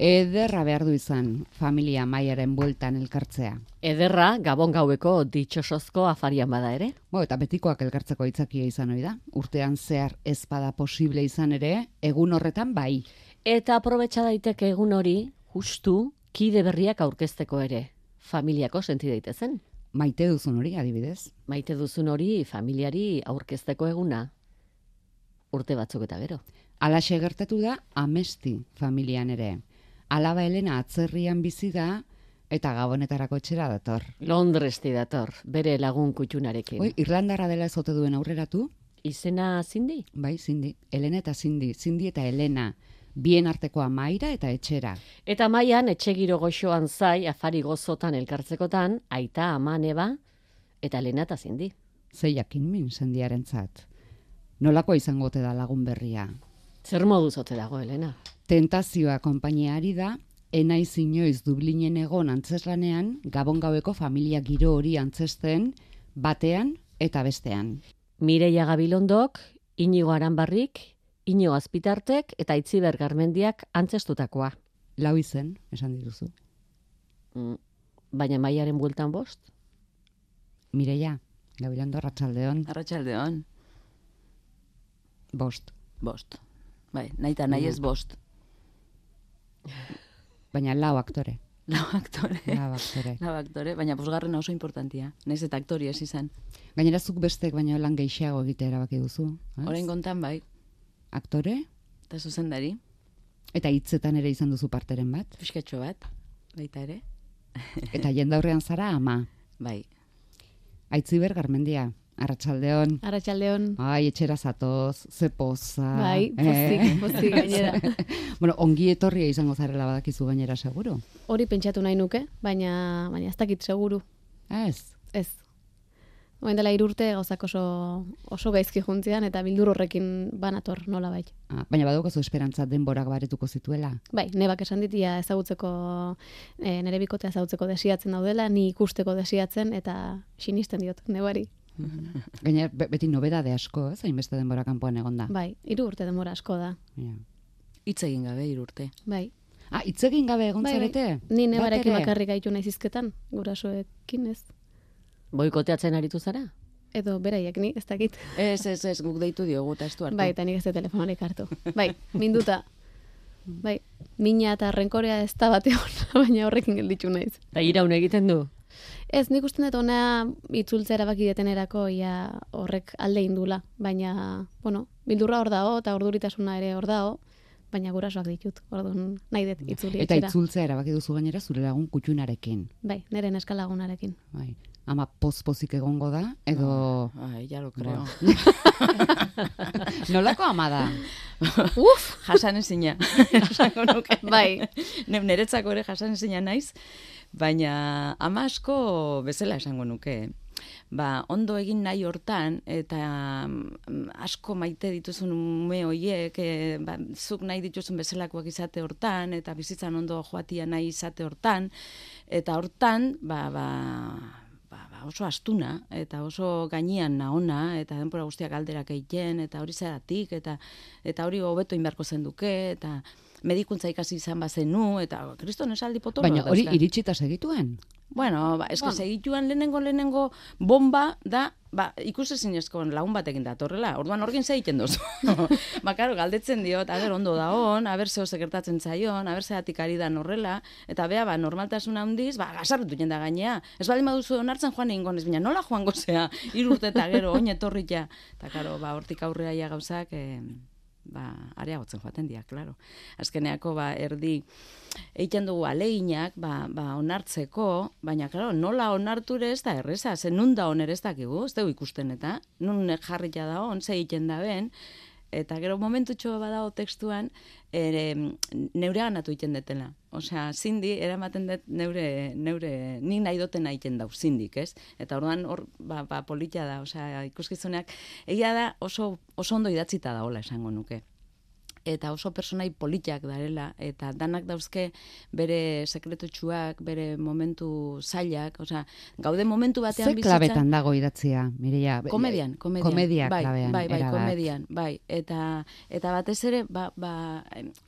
Ederra behar du izan, familia maiaren bueltan elkartzea. Ederra, gabon gaueko ditxosozko afarian bada ere? Bo, eta betikoak elkartzeko aitzakia izan ohi da. Urtean zehar ez bada posible izan ere, egun horretan bai. Eta aprobetsa daiteke egun hori, justu, kide berriak aurkezteko ere. Familiako senti daitezen. Maite duzun hori, adibidez. Maite duzun hori familiari aurkezteko eguna. Urte batzuk eta gero. Alaxe gertatu da amesti familian ere. Alaba Elena atzerrian bizi da eta gabonetarako etxera dator. Londresti dator, bere lagun kutxunarekin. Oi, Irlandarra dela ezote duen aurreratu, Izena zindi? bai, Zindi, Elena eta Zindi, Zindi eta Elena, bien arteko amaira eta etxera. Eta maian etxegiro goxoan zai afari gozotan elkartzekotan, aita amaneba eta lena eta zindi. Zei jakin min sendiaren zat. Nolakoa izango ote da lagun berria. Zer moduz ote dago, Elena? Tentazioa konpainiari da, enaiz inoiz Dublinen egon antzeslanean, gabon gaueko familia giro hori antzesten, batean eta bestean. Mireia Gabilondok, Inigo Aranbarrik, Inigo Azpitartek eta Itziber Garmendiak antzestutakoa. Lau izen, esan dituzu. Mm, Baina maiaren bueltan bost? Mireia, Gabilando Arratsaldeon, Arratxalde hon, bost. bost. Bai, nahi eta nahi ez bost. Baina lau aktore. Lau aktore. Lau aktore. Lau aktore, baina bosgarren oso importantia. Naiz eta aktori ez izan. Gainera zuk bestek baino lan gehiago egitea erabaki duzu. ez? Orain kontan bai, Aktore, eta zuzendari, eta hitzetan ere izan duzu parteren bat. pixkatxo bat, baita ere. Eta jendaurrean zara ama. Bai, Aitziber Garmendia, Arratsaldeon. Arratxaldeon. Ai, etxera zatoz, ze poza. Eh? Bai, pozik, pozik gainera. bueno, ongi etorria izango zarela badakizu gainera seguro. Hori pentsatu nahi nuke, baina, baina ez dakit seguru. Ez, Ez. Oen dela irurte gauzak oso, oso gaizki juntzian eta bildur horrekin banator nola bai. Ah, baina badukazu esperantza denborak baretuko zituela. Bai, nebak esan ditia ezagutzeko, e, nere bikotea ezagutzeko desiatzen daudela, ni ikusteko desiatzen eta sinisten diot, nebari. Gainera, be- beti nobedade asko, ez, hainbeste denbora kanpoan egonda. Bai, hiru urte demora asko da. Ja. hitz egin gabe irurte. Bai. Ah, hitz egin gabe egon Bai, bai. zarete? Ni Bat nebarekin ere? bakarrik gaitu naiz izketan, gurasoekin ez. Boikoteatzen aritu zara? Edo beraiek ni, ez dakit. Ez, ez, ez, guk deitu diogu, eta ez du hartu. Bai, eta nik ez dut telefonorik hartu. Bai, minduta. Bai, mina eta renkorea ez da bate ona, baina horrekin gelditu naiz. Eta iraun egiten du? Ez, nik uste dut ona itzultzea erabaki detenerako ia horrek alde indula, baina, bueno, bildurra hor dago eta orduritasuna ere hor dago, baina gurasoak ditut, orduan nahi dut itzuli Eta etxera. itzultzea erabaki duzu gainera zure lagun kutxunarekin. Bai, nire neskalagunarekin. Bai. Ama pozpozik egongo da, edo... Ai, ya lo creo. Ah. Nolako ama da? Uf! jasan ezina. Esango nuke. Bai. Ne- Niretzako ere jasan ezina naiz, baina ama asko bezala esango nuke. Ba, ondo egin nahi hortan, eta mm, asko maite dituzun ume hoiek, e, ba, zuk nahi dituzun bezalakoak izate hortan, eta bizitzan ondo joatia nahi izate hortan, eta hortan, ba, ba, ba, ba, oso astuna, eta oso gainean naona, eta denpora guztiak alderak egiten, eta hori zeratik, eta, eta hori hobeto inbarko zenduke, eta medikuntza ikasi izan bazenu, eta kriston esaldi potolo. Baina hori dauzka. iritsita segituen. Bueno, ba, eske segituan lehenengo lehenengo bomba da, ba, ikusi zinezkoan lagun batekin datorrela. Orduan horgin ze egiten duzu. ba, karo, galdetzen diot, aber ondo da on, aber zeo sekertatzen zaion, aber zeatik ari dan horrela, eta bea, ba, normaltasuna handiz, ba, gasarretu jenda gainea. Ez baldin baduzu onartzen joan egingo ez baina nola joango zea, irurte eta gero, oin etorrita. Eta karo, ba, hortik aurrera ja gauzak, eh, ba, areagotzen joaten dira, klaro. Azkeneako, ba, erdi, egiten dugu aleginak, ba, ba, onartzeko, baina, klaro, nola onarture ez da erreza, ze nun da on ere ez dakigu, ez dugu ikusten eta, nun jarrita da on, ze egiten da ben, eta gero momentutxo badago tekstuan, ere, neure ganatu egiten detela. Osea, zindi, eramaten dut neure, neure, nik nahi dotena egiten dau, zindik, ez? Eta orduan hor, ba, ba politia da, osea, ikuskizunak, egia da oso, oso ondo idatzita daola esango nuke. eta oso personai politiak darela, eta danak dauzke bere sekretutxuak, bere momentu zailak, osea, gaude momentu batean Ze klabetan dago idatzia, Mireia? Komedian, komedian. Komedia bai, klabean, bai, bai, erabat. komedian, bai. Eta, eta batez ere, ba, ba,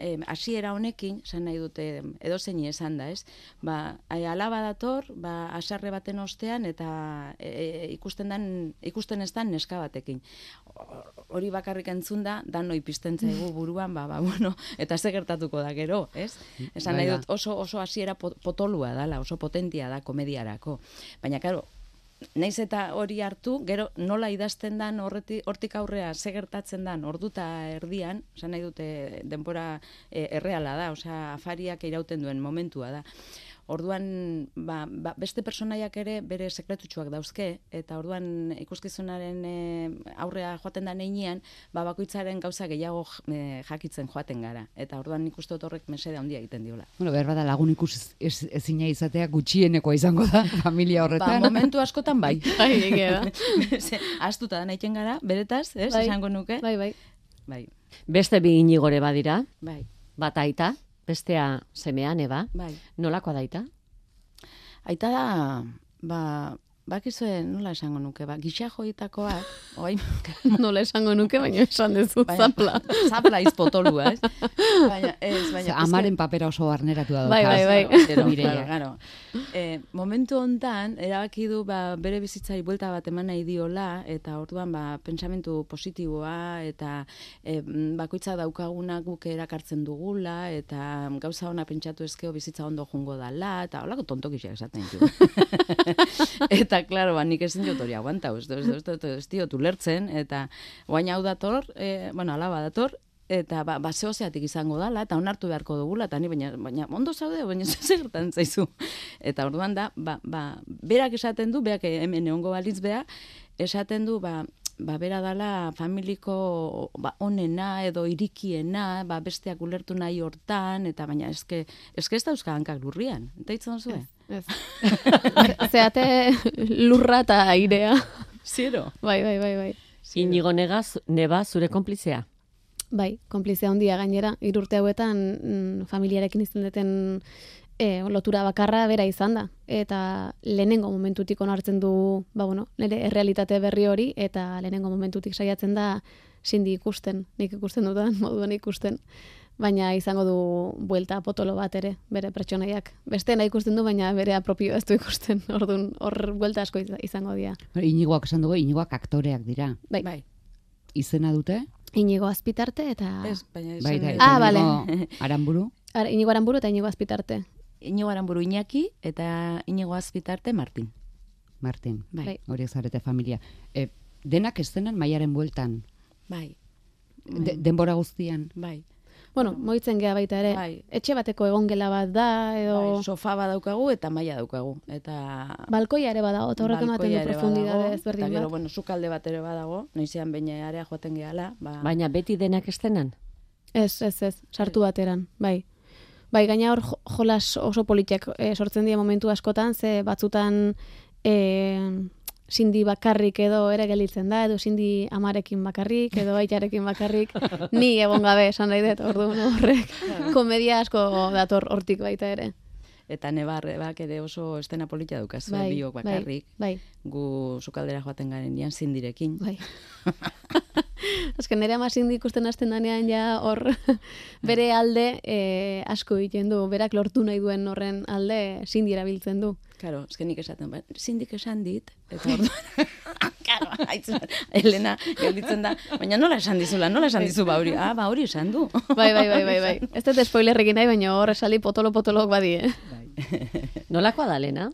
em, hasiera honekin, esan nahi dute, em, edozein esan da, ez? Ba, ai, alaba dator, ba, asarre baten ostean, eta e, e, ikusten, dan, ikusten ez dan neska batekin. Hor- Hori bakarrik entzun da, danoi pizten zaigu buruan, ba, ba, bueno, eta ze gertatuko da gero, ez? Esan nahi Bai da. dut, oso oso hasiera pot- potolua dala, oso potentia da komediarako. Baina claro, naiz eta hori hartu, gero nola idazten dan horreti, hortik aurrea ze gertatzen dan orduta erdian, esan nahi dute denbora e, erreala da, osea afariak irauten duen momentua da. Orduan, ba, ba, beste personaiak ere bere sekretutxuak dauzke, eta orduan ikuskizunaren e, aurrea joaten da neinean, ba, bakoitzaren gauza gehiago j- e, jakitzen joaten gara. Eta orduan nik uste dut horrek mesede handia egiten diola. Bueno, behar bada lagun ikus ez- ezina izatea gutxienekoa izango da familia Ba, horretan. momentu askotan bai. Bai, egia da. Ze, Astuta da naiten gara, beretaz, ez, Bai. esango nuke. Bai, bai. Bai, Beste bi inigore badira, bai, bat aita, bestea semea neba. bai. Nolakoa daita? Aita da, ba, bakizue nola esango nuke, ba, gisa joitakoak, oai, Nola esango nuke, baina esan dezu baina- zapla. zapla izpotolua, ez? Baina, ez, baina. Ze eske- amaren papera oso barneratu da. Bai, dauka. bai, bai. Gero, Mireia. claro, claro. Eh, momentu hontan erabaki du ba, bere bizitzari buelta bat eman nahi diola eta orduan ba pentsamentu positiboa eta eh, mm, bakoitza daukaguna guk erakartzen dugula eta gauza ona pentsatu ezkeo bizitza ondo jungo dala eta holako tontokixak esaten ditu. eta claro, ba nik ezin dut hori aguanta, ez dut- ez dut- ez diot ulertzen eta orain hau dator, eh, bueno, alaba dator eta ba, ba zeozeatik izango dala, eta onartu beharko dugula, eta ni baina, baina ondo zaude, baina zer gertan zaizu. Eta orduan da, ba, ba, berak esaten du, berak hemen egongo balitz bea, esaten du, ba, ba bera dala familiko ba, onena edo irikiena, ba, besteak ulertu nahi hortan, eta baina eske, eske ez dauzka hankak lurrian, eh? eta itzen zuen? Ez. Ze- Zeate lurra eta airea. Zero. Bai, bai, bai, bai. Inigo nega, zu- neba zure konplizea. Bai, konplizia handia gainera, irurte hauetan mm, familiarekin izan deten e, lotura bakarra bera izan da. Eta lehenengo momentutik onartzen du, ba bueno, nire errealitate berri hori, eta lehenengo momentutik saiatzen da sindi ikusten, nik ikusten dudan moduan ikusten. Baina izango du buelta potolo bat ere, bere pertsonaiak. Besteena ikusten du, baina bere apropioa ez du ikusten. Orduan hor buelta asko iza- izango dira. Inigoak esan dugu, inigoak aktoreak dira. Bai, Bai. Izena dute? inigo azpitarte eta... Ez, baina Bai, esan bai. Ah, nahi- bale. Inigo Aranburu? Ara, inigo aranburu eta inigo azpitarte. Inigo Aranburu Iñaki eta Inigo Azpitarte Martin. Martin. Bai. Bai. Hori zarete familia. E, denak estenan maiaren bueltan. Bai. De, denbora guztian. Bai. Bueno, moitzen gea baita ere. Bai. Etxe bateko egongela bat da, edo Bai, sofa badaukagu eta maila daukagu. Eta balkoia ere badago, eta horrek ematen Bai. du balkoia ere profundidade badago, ezberdin Eta gero, bat. bueno, sukalde bat ere badago, noizean baina area joaten gehala, ba, Bai. Baina beti denak estenan. Ez, ez, ez, sartu bateran, bai. Bai, gaina hor jo- jolas oso politiak eh, sortzen dira momentu askotan, ze batzutan e, sindi bakarrik edo ere gelditzen da, edo sindi amarekin bakarrik, edo aitarekin bakarrik, ni egon gabe esan nahi dut, orduan horrek komedia asko dator hortik baita ere. eta nebarrebak ere oso estena polita daukazu, bai, biok bakarrik. bai, Gu sukaldera joaten garen nian zindirekin. Bai. Azken nire ama zindi ikusten hasten danean ja hor bere alde eh, asko egiten du, berak lortu nahi duen horren alde zindi erabiltzen du. Claro, eskenik esaten, ba, zindik esan dit, eta Bai. orduan, claro, haitzen, Elena gelditzen da, baina nola esan dizula, nola esan dizu ba hori, ah, ba hori esan du. Bai, bai, bai, bai, bai. Ez dut spoilerrekin nahi, baina hor esali potolo potolok badie. Nolakoa da lena?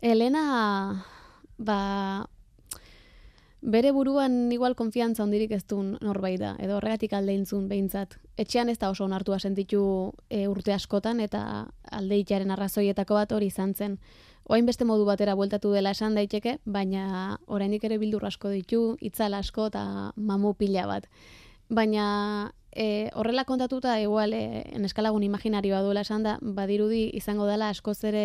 Elena, ba, bere buruan igual konfiantza hondirik ez duen norbait da, edo horregatik alde intzun behintzat. Etxean ez da oso onartua sentitu e, urte askotan eta alde itiaren arrazoietako bat hori izan zen. Oain beste modu batera bueltatu dela esan daiteke, baina oraindik ere bildur asko ditu, itzal asko eta mamu pila bat. Baina e, horrela kontatuta igual e, neskalagun imaginarioa duela esan da, badirudi izango dela askoz ere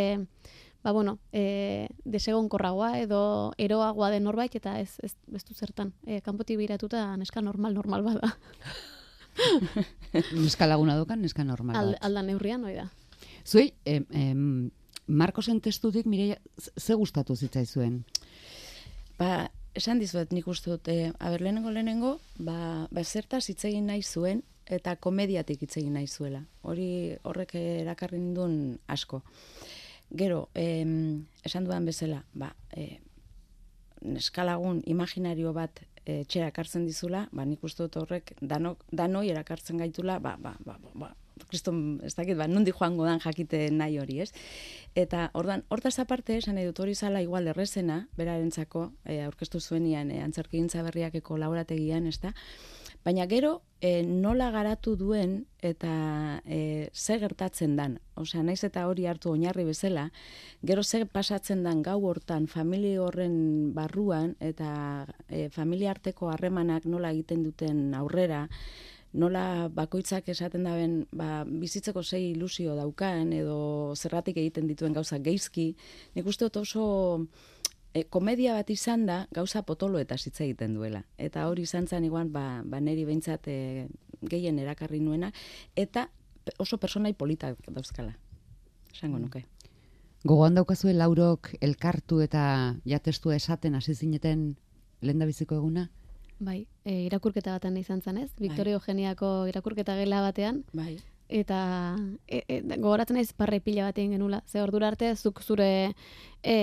ba, bueno, e, desegonkorragoa edo eroagoa Eh, den norbait eta ez, ez, ez du zertan. E, kanpoti biratuta neska normal-normal bada. Neska laguna dokan, neska normal Al, Bai, bat. alda neurrian, hori da. Zuei, em, em, Markosen testutik, Mireia, ze- ze gustatu zitzaizuen? Ba, esan dizuet nik uste dut, e, aber, lehenengo lehenengo, ba, ba zerta zitzegin nahi zuen, eta komediatik hitz egin nahi zuela. Hori horrek erakarri nindun asko. Gero, em, esan dudan bezala, ba, e, neskalagun imaginario bat e, txera ekartzen dizula, ba, nik uste dut horrek danok, danoi erakartzen gaitula, ba, ba, ba, ba, ba kriston, ez dakit, ba, nundi joango dan jakite nahi hori, ez? Eta, ordan, hortaz aparte, esan nahi dut hori zala igual errezena, berarentzako, e, aurkeztu zuenian, e, antzerkigintza berriakeko laborategian, ez da? Baina gero, e, nola garatu duen eta e, ze gertatzen dan. Osea, naiz eta hori hartu oinarri bezala, gero ze pasatzen dan gau hortan, familia horren barruan, eta e, familia arteko harremanak nola egiten duten aurrera, nola bakoitzak esaten daben ba, bizitzeko sei ilusio daukan edo zerratik egiten dituen gauza geizki, nik uste dut oso e, komedia bat izan da gauza potolo eta hitz egiten duela. Eta hori izan zen iguan, ba, ba neri behintzat e, gehien erakarri nuena, eta pe- oso personai polita dauzkala, esango nuke. Gogoan daukazue laurok elkartu eta jatestua esaten hasi zineten lehendabiziko eguna? Bai, e, irakurketa batan izan zen ez, Victorio Eugeniako irakurketa gela batean, Bai. eta e, e, gogoratzen naiz parre pila bat egin genula. Ze ordura arte zuk zure e,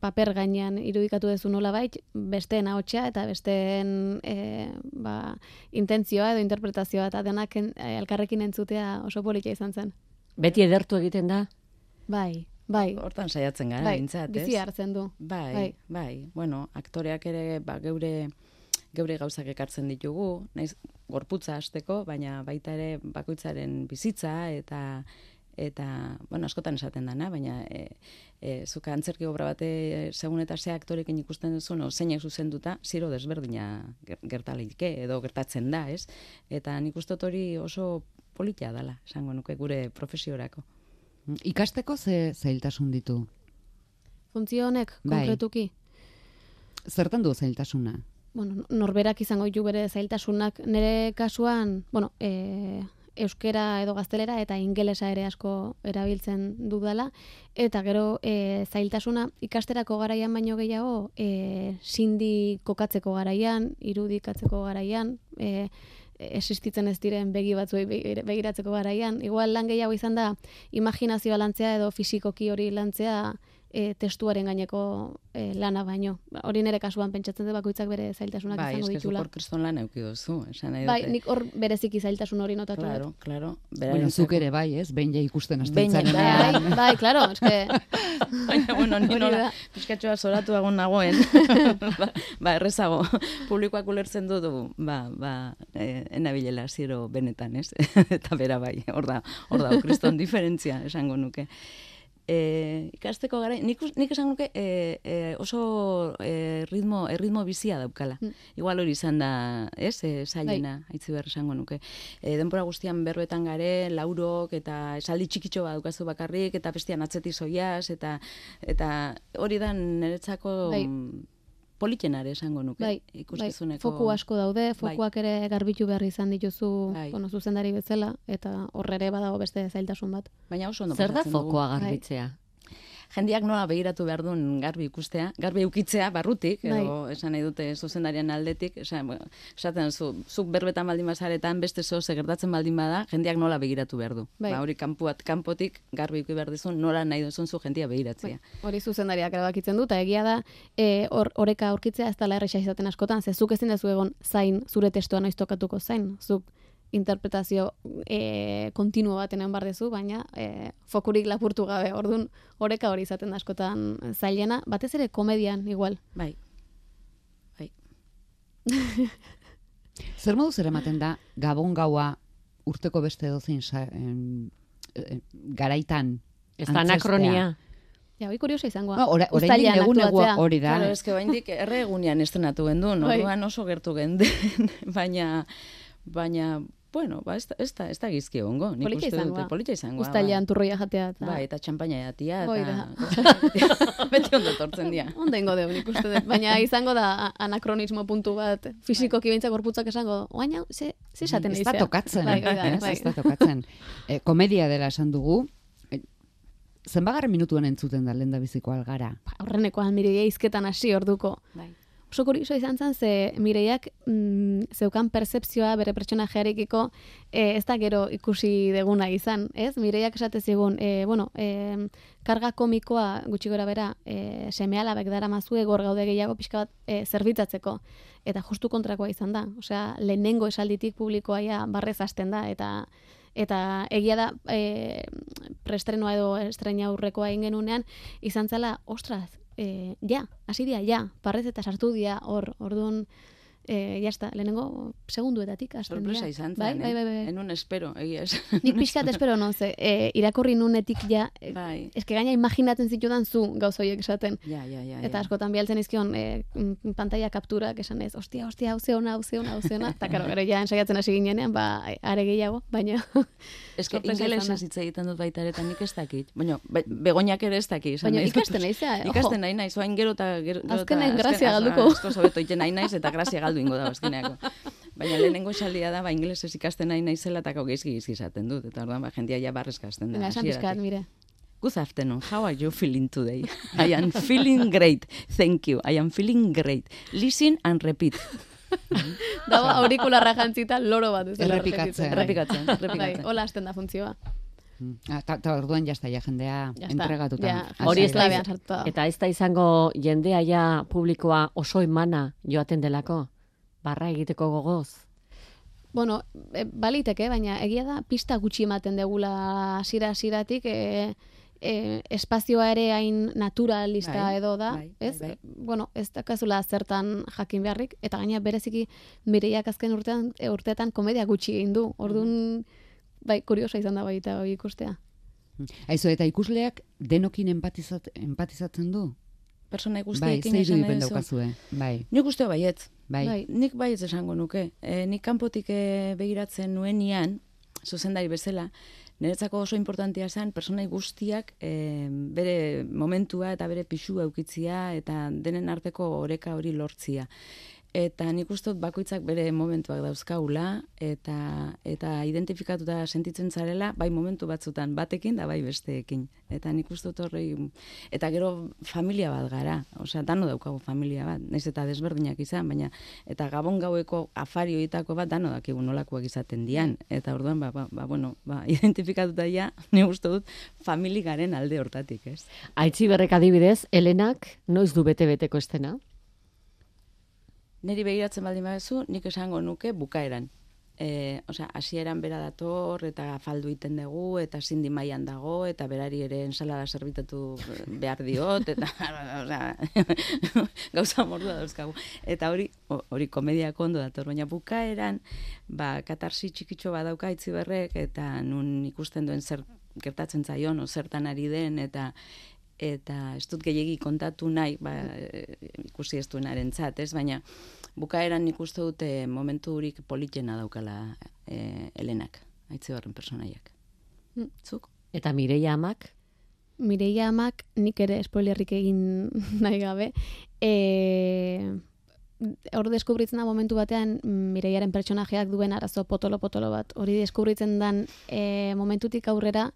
paper gainean irudikatu duzu nolabait besteen ahotsa eta besteen e, ba, intentzioa edo interpretazioa eta denak en, e, elkarrekin entzutea oso polita izan zen. Beti edertu egiten da. Bai, bai. Hortan saiatzen gara, bai, behintzat, ez? bizi hartzen du. Bai, bai, Bai. Bueno, aktoreak ere ba, geure geure gauzak ekartzen ditugu, naiz gorputza hasteko, baina baita ere bakoitzaren bizitza eta eta, bueno, askotan esaten dana, baina e, e, zuka antzerki obra bate e, segun eta ze aktorekin ikusten duzun, o, zeinek zuzenduta, ziro desberdina ger- gerta liteke edo gertatzen da, ez? Eta nik uste dut hori oso politia dala, esango nuke gure profesiorako. Ikasteko ze zailtasun ditu? Funtzio honek, Bai. konkretuki. Zertan du zailtasuna? bueno, norberak izango ditu bere zailtasunak nire kasuan, bueno, e, euskera edo gaztelera eta ingelesa ere asko erabiltzen dudala eta gero e, zailtasuna ikasterako garaian baino gehiago e, sindi kokatzeko garaian, irudikatzeko garaian, e, existitzen ez diren begi batzuei begira- begiratzeko garaian. Igual lan gehiago izan da imaginazioa lantzea edo fisikoki hori lantzea e, testuaren gaineko e, lana baino. Ba, Hori nere kasuan pentsatzen dut bakoitzak bere zailtasunak Bai, izango eske zuk ditula. hor kriston lan euki duzu, esan nahi Bai, dute. nik hor bereziki zailtasun hori notatu dut. Claro, claro. Bueno, berarentzako. zuk ere bai, ez? Behin ja ikusten hasten Behin ja, zarenean. Bai, bai, claro, eske bai, Baina, bueno, ni Hori nola, da. pizkatxoa zoratu egon nagoen. ba, ba, errezago, publikoak ulertzen dut, ba, ba, eh, enabilela zero benetan, ez? Eta bera bai, hor da, hor da, kriston diferentzia, esango nuke. E, ikasteko gara, nik, us- nik esan nuke e, e, oso e, ritmo, erritmo bizia daukala. Mm. Igual hori izan da, ez, e, Bai. zailena, aitzi behar esango nuke. E, denpora guztian berbetan gare, laurok, eta esaldi txikitxo bat daukazu bakarrik, eta bestian atzetik zoiaz, eta, eta hori da niretzako Bai. mm, politenare esango nuke. bai, bai, ikuskizuneko... foku asko daude, fokuak ere garbitu behar izan dituzu, Bai. bueno, zuzendari bezala eta horre ere badago beste zailtasun bat. Baina oso ondo Zer da pasatzen dugu. fokoa garbitzea? jendeak nola begiratu behar duen garbi ikustea, garbi eukitzea barrutik, edo esan nahi dute zuzendarian aldetik, esan, bueno, esaten zu, zuk berbetan baldin bazaretan, beste zo gertatzen baldin bada, jendeak nola begiratu behar du. Bai. Ba, hori kanpuat, kanpotik garbi euki behar dizun, nola nahi duzun zu jendia Bai. begiratzea. Hori zuzendariak erabakitzen du, eta egia da, e, hor, oreka aurkitzea ez dela erresa izaten askotan, ze zuk ezin dezu egon zain, zure testua noiz tokatuko zain, zuk interpretazio e, kontinuo baten egon behar dezu, baina e, fokurik lapurtu gabe, orduan oreka hori izaten da askotan zailena, batez ere komedian igual. Bai. Bai. Zer moduz eramaten da Gabon gaua urteko beste dozein em, em, garaitan? Ez da anakronia. Ja, hori kuriosa izango. No, Ah, ora, oraindik Uztailean egun egua aktuatzea. hori da. Claro, eske oraindik erre egunean estrenatu gendun, Bai. orduan oso gertu genden, baina baina bueno, ba, ez da, ez da, ez da gizki egongo. Nik Politxa uste izango dute, da. Politxa izango. da, Uztailean turroia jatea Bai, eta... Bai, eta txampaina jatia, Hoi eta beti ondo tortzen dira. Ondo ingo deu, nik uste dut. Baina izango da a- anakronismo puntu bat, fizikoki behintzak gorputzak esango, baina, ze, ze esaten Bai. Ez da eizea?" tokatzen, Bai, hori da, ez, bai. ez da tokatzen. E, komedia dela esan dugu, e, zenbagarren minutuan entzuten da lenda biziko algara. Ba, Aurrenekoan Mireia izketan hasi orduko. Bai. Oso kurioso izan zen, ze Mireiak mm, zeukan percepzioa bere pertsonajearekiko e, ez da gero ikusi deguna izan, ez? Mireiak esate zigun, e, bueno, e, karga komikoa gutxi gora bera e, semealabek dara mazue gor gaude gehiago pixka bat e, zerbitzatzeko. Eta justu kontrakoa izan da. Osea, lehenengo esalditik publikoa ja barrez hasten da, eta Eta egia da, e, prestrenoa edo estrena aurrekoa egin genunean, izan zala, ostras, e, ja, hasi dia, ja, parrez eta sartu dia, hor, orduan, e, jazta, lehenengo segunduetatik. hasten dira. Sorpresa izan zen, bai, bai, bai, bai. eh? Enun espero, egia esan. Nik pixkat espero, no, ze, e, irakurri nunetik ja, e, Bai. eske gaina imaginatzen zitudan zu gauzoiek esaten. Ja, ja, ja. Eta ja. askotan bialtzen izkion e, mm, pantalla kapturak esan ez, ostia, ostia, hau zeona, hau zeona, hau zeona, eta karo, gero ja ensaiatzen hasi ginenean, ba, are gehiago, baina Eske sorpresa ingelesa izan da. hitz egiten dut baita ere, eta nik ez dakit. Baina, be, begoniak ere ez dakit. esan Baina nahi dut. ikasten naizea, eh, ojo. Ikasten nahi naiz, oain gero eta... Gero, gero Azkenean eta- azken- grazia az- galduko. Asko sobeto iten nahi naiz eta grazia galdu ingo da azkeneako. Baina lehenengo esaldia da, ba, ingelesez ikasten nahi naizela eta geizki gizki izaten dut. Eta orduan, ba, jendia ja barrezkazten da. Venga, esan hasieratik. pixkat, mire. Good afternoon. How are you feeling today? I am feeling great. Thank you. I am feeling great. Listen and repeat. Dago aurikularra jantzita loro bat. Ez dela Errepikatzea. repetitzen. Errepikatzen, errepikatzen. Bai, hola hasten da funtzioa. Eta eta Ah, orduan jazta, ja jendea Ja está, entregatuta. ja, Hasi Hori ez da. labean sartuta. dago. Eta ez da izango jendea ja publikoa oso emana joaten delako, barra egiteko gogoz. Bueno, e, baliteke, baina egia da pista gutxi ematen degula hasiera hasieratik e, e, espazioa ere hain naturalista Bai, edo da, bai, bai, ez? bai. Bueno, ez dakazula zertan jakin beharrik eta gaina bereziki Mireiak azken urtean e, urteetan komedia gutxi egin du. Mm. Ordun bai, kuriosa izan da baita hori ikustea. Aizu, eta ikusleak denokin empatizat, empatizatzen du? Persona Bai, guztiekin ze esan irudipen duzu. daukazue. Bai, Nik uste baietz. bai. Bai. Nik baietz esango nuke. E, nik kanpotik eh, begiratzen nuenian, zuzendari bezala, niretzako oso importantia zen persona guztiak eh, bere momentua eta bere pixua eukitzia eta denen arteko oreka hori lortzia. Eta nik uste dut bakoitzak bere momentuak dauzkaula eta, eta identifikatuta sentitzen zarela bai momentu batzutan batekin da bai besteekin. Eta nik uste dut horri, eta gero familia bat gara, osea, dano daukagu familia bat, naiz eta desberdinak izan, baina eta gabon gaueko afari horietako bat dano dakigu nolakoak izaten dian. Eta orduan, ba, ba, ba bueno, ba, identifikatuta ja, nik uste dut famili garen alde hortatik, ez? Aitzi berrek adibidez, Elenak noiz du bete-beteko estena? Neri begiratzen baldin baduzu, nik esango nuke bukaeran. E, osea, hasieran bera dator eta faldu egiten dugu eta sindi mailan dago eta berari ere ensalada zerbitatu behar diot eta osea, gauza mordua dauzkagu. Eta hori ho- hori komediako ondo dator, baina bukaeran ba katarsi txikitxo badauka itzi berrek eta nun ikusten duen zer gertatzen zaion o zertan ari den eta eta ez dut gehiegi kontatu nahi, ba, e, ikusi ez duenaren zat, ez? Baina bukaeran nik uste dut e, momenturik politena daukala e, Elenak, aitze horren personaiak. Mm. Zuk? Eta Mireia amak, Mireia amak nik ere spoilerrik egin nahi gabe. E, hor deskubritzen da momentu batean Mireiaren pertsonajeak duen arazo potolo-potolo bat. Hori deskubritzen dan e, momentutik aurrera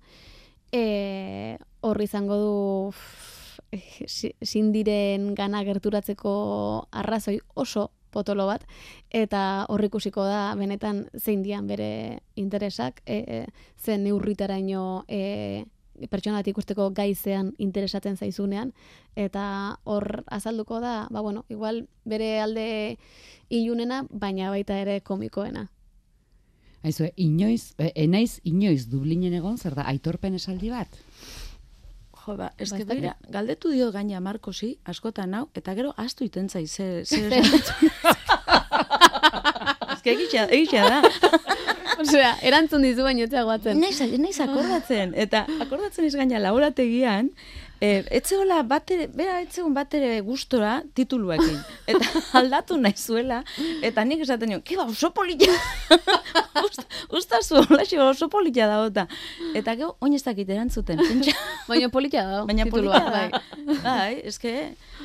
e, hor izango du ff, si- sindiren gana gerturatzeko arrazoi oso potolo bat eta hor ikusiko da benetan zein dian bere interesak e, e, zen neurritaraino e, pertsona bat ikusteko gaizean interesatzen zaizunean eta hor azalduko da, ba bueno, igual bere alde ilunena, baina baita ere komikoena. Aizu, inoiz, e, enaiz inoiz Dublinen egon, zer da, aitorpen esaldi bat? Jo, ba, ez Ba, ez que dakit. begira, galdetu dio gaina Markosi, askotan hau, eta gero astu iten zai, ze, ze, Ez que egitea, egitea da. Osea, erantzun dizu baino ez dago atzen. Naiz, naiz akordatzen, eta akordatzen ez gaina laurategian, Eh, etzeola batere, bera etzeon batere gustora tituluekin. Eta aldatu nahi zuela, eta nik esaten nion, kiba, oso polita! Usta, usta zu, olaxio, ba, oso polita da eta. Eta gero, oin ez dakit erantzuten, pentsa. Baina politia da. Baina titulua, polita da. Bai, eske,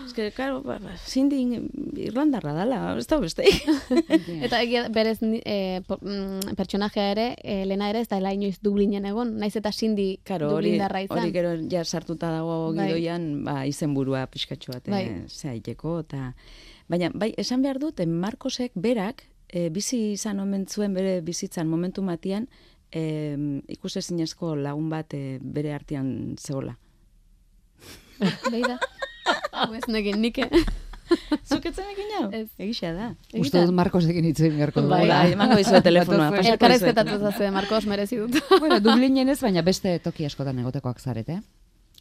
eske, karo, ba, ba, zindin Irlandarra dala, ez da beste. Eta egia berez ni- e, po- mm, pertsonajea ere, e, lena ere ez da inoiz Dublinen egon, naiz eta Cindy Karo, hori, Dublindarra izan. hori gero ja sartuta dago Bai. gidoian, ba, izenburua pixkatxo bat Bai. bai. zehaiteko, eta... Baina, bai, esan behar dut, eh, Markosek berak, eh, bizi izan omen zuen bere bizitzan momentu matian, eh, ikusezinezko lagun bat eh, bere artean zeola. Leida. Hau ez nekin nik. eh. Zuketzen egin hau? Ez. Egisa da. Uste dut Markosekin hitz egin beharko dugu. Bai, bai, emango dizuet telefonoa, Datozen- pasako Elkarrezketatu zazue, Marcos, merezi dut. bueno, Dublinen ez, baina beste toki askotan egotekoak zarete. Eh?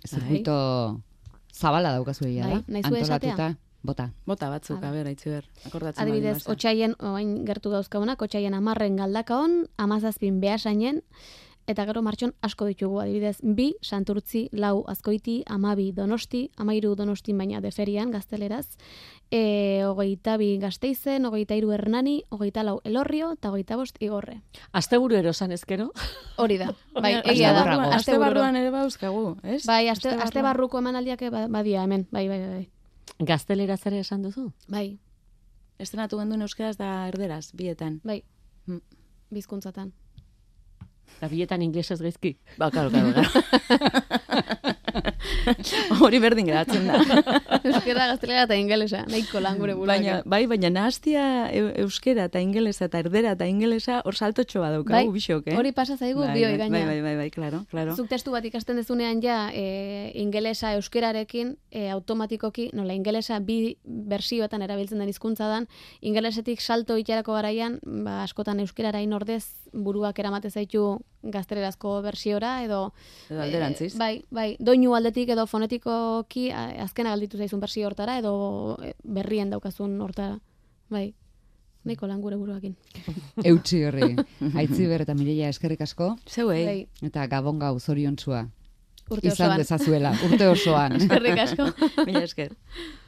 Zirkuito zabala daukazu egia da. Bai, nahi zu Antolatuta, esatea? bota. Bota batzuk, aber, haitzi ber, akordatzen Adibidez, baldin bazen. otxaien, oain gertu gauzkaunak, otxaien amarren galdakaon, amazazpin behasainen, eta gero martxon asko ditugu. Adibidez, bi, santurtzi, lau, azkoiti, amabi, donosti, amairu donostin baina deferian, gazteleraz, e, hogeita bi gazteizen, hogeita iru hernani, hogeita lau elorrio, eta hogeita bost igorre. Asteburu erosan ezkero. Hori da, bai, Baina, egia da. asteburuan- astebarruan- Astebururo. Astebarruan ere bauzkagu, ez? Bai, aste, Astebarruan. aste barruko emanaldiak eh, ba- badia hemen, bai, bai, bai. Gaztelera zare esan duzu? Bai, Estenatu genduen euskeraz da erderaz, bietan. bai, Hmm. bizkuntzatan. Eta biletan inglesez gaizki. Ba, karo, karo, Hori berdin geratzen da. Euskara, gaztelera eta ingelesa, nahiko lan gure buruak. Baina, bai, baina nahaztia eu- euskera eta ingelesa eta erdera eta ingelesa hor saltotxo bat daukagu bixok, eh? Bai, hori pasa zaigu bai, bioi bai, gaina. Bai, bai, bai, bai, klaro, klaro. Zuk testu bat ikasten dezunean ja e, ingelesa euskerarekin e, automatikoki, nola ingelesa bi bersioetan erabiltzen den hizkuntza dan, ingelesetik salto itxarako garaian, ba, askotan euskerara ordez buruak eramate zaitu gaztelerazko bersiora edo Edo alderantziz. E, bai, bai, doinu aldetik edo fonetikoki a- azkena galditu zaizun bersio hortara edo e, berrien daukazun hortara. Bai. Nahiko lan gure buruakin. Eutxi horri. Aitzi ber eta Mireia eskerrik asko. Zeuei. Bai, Eta gabon gau zoriontsua. urte Izan osoan. dezazuela, urte osoan. Eskerrik asko. Mila esker.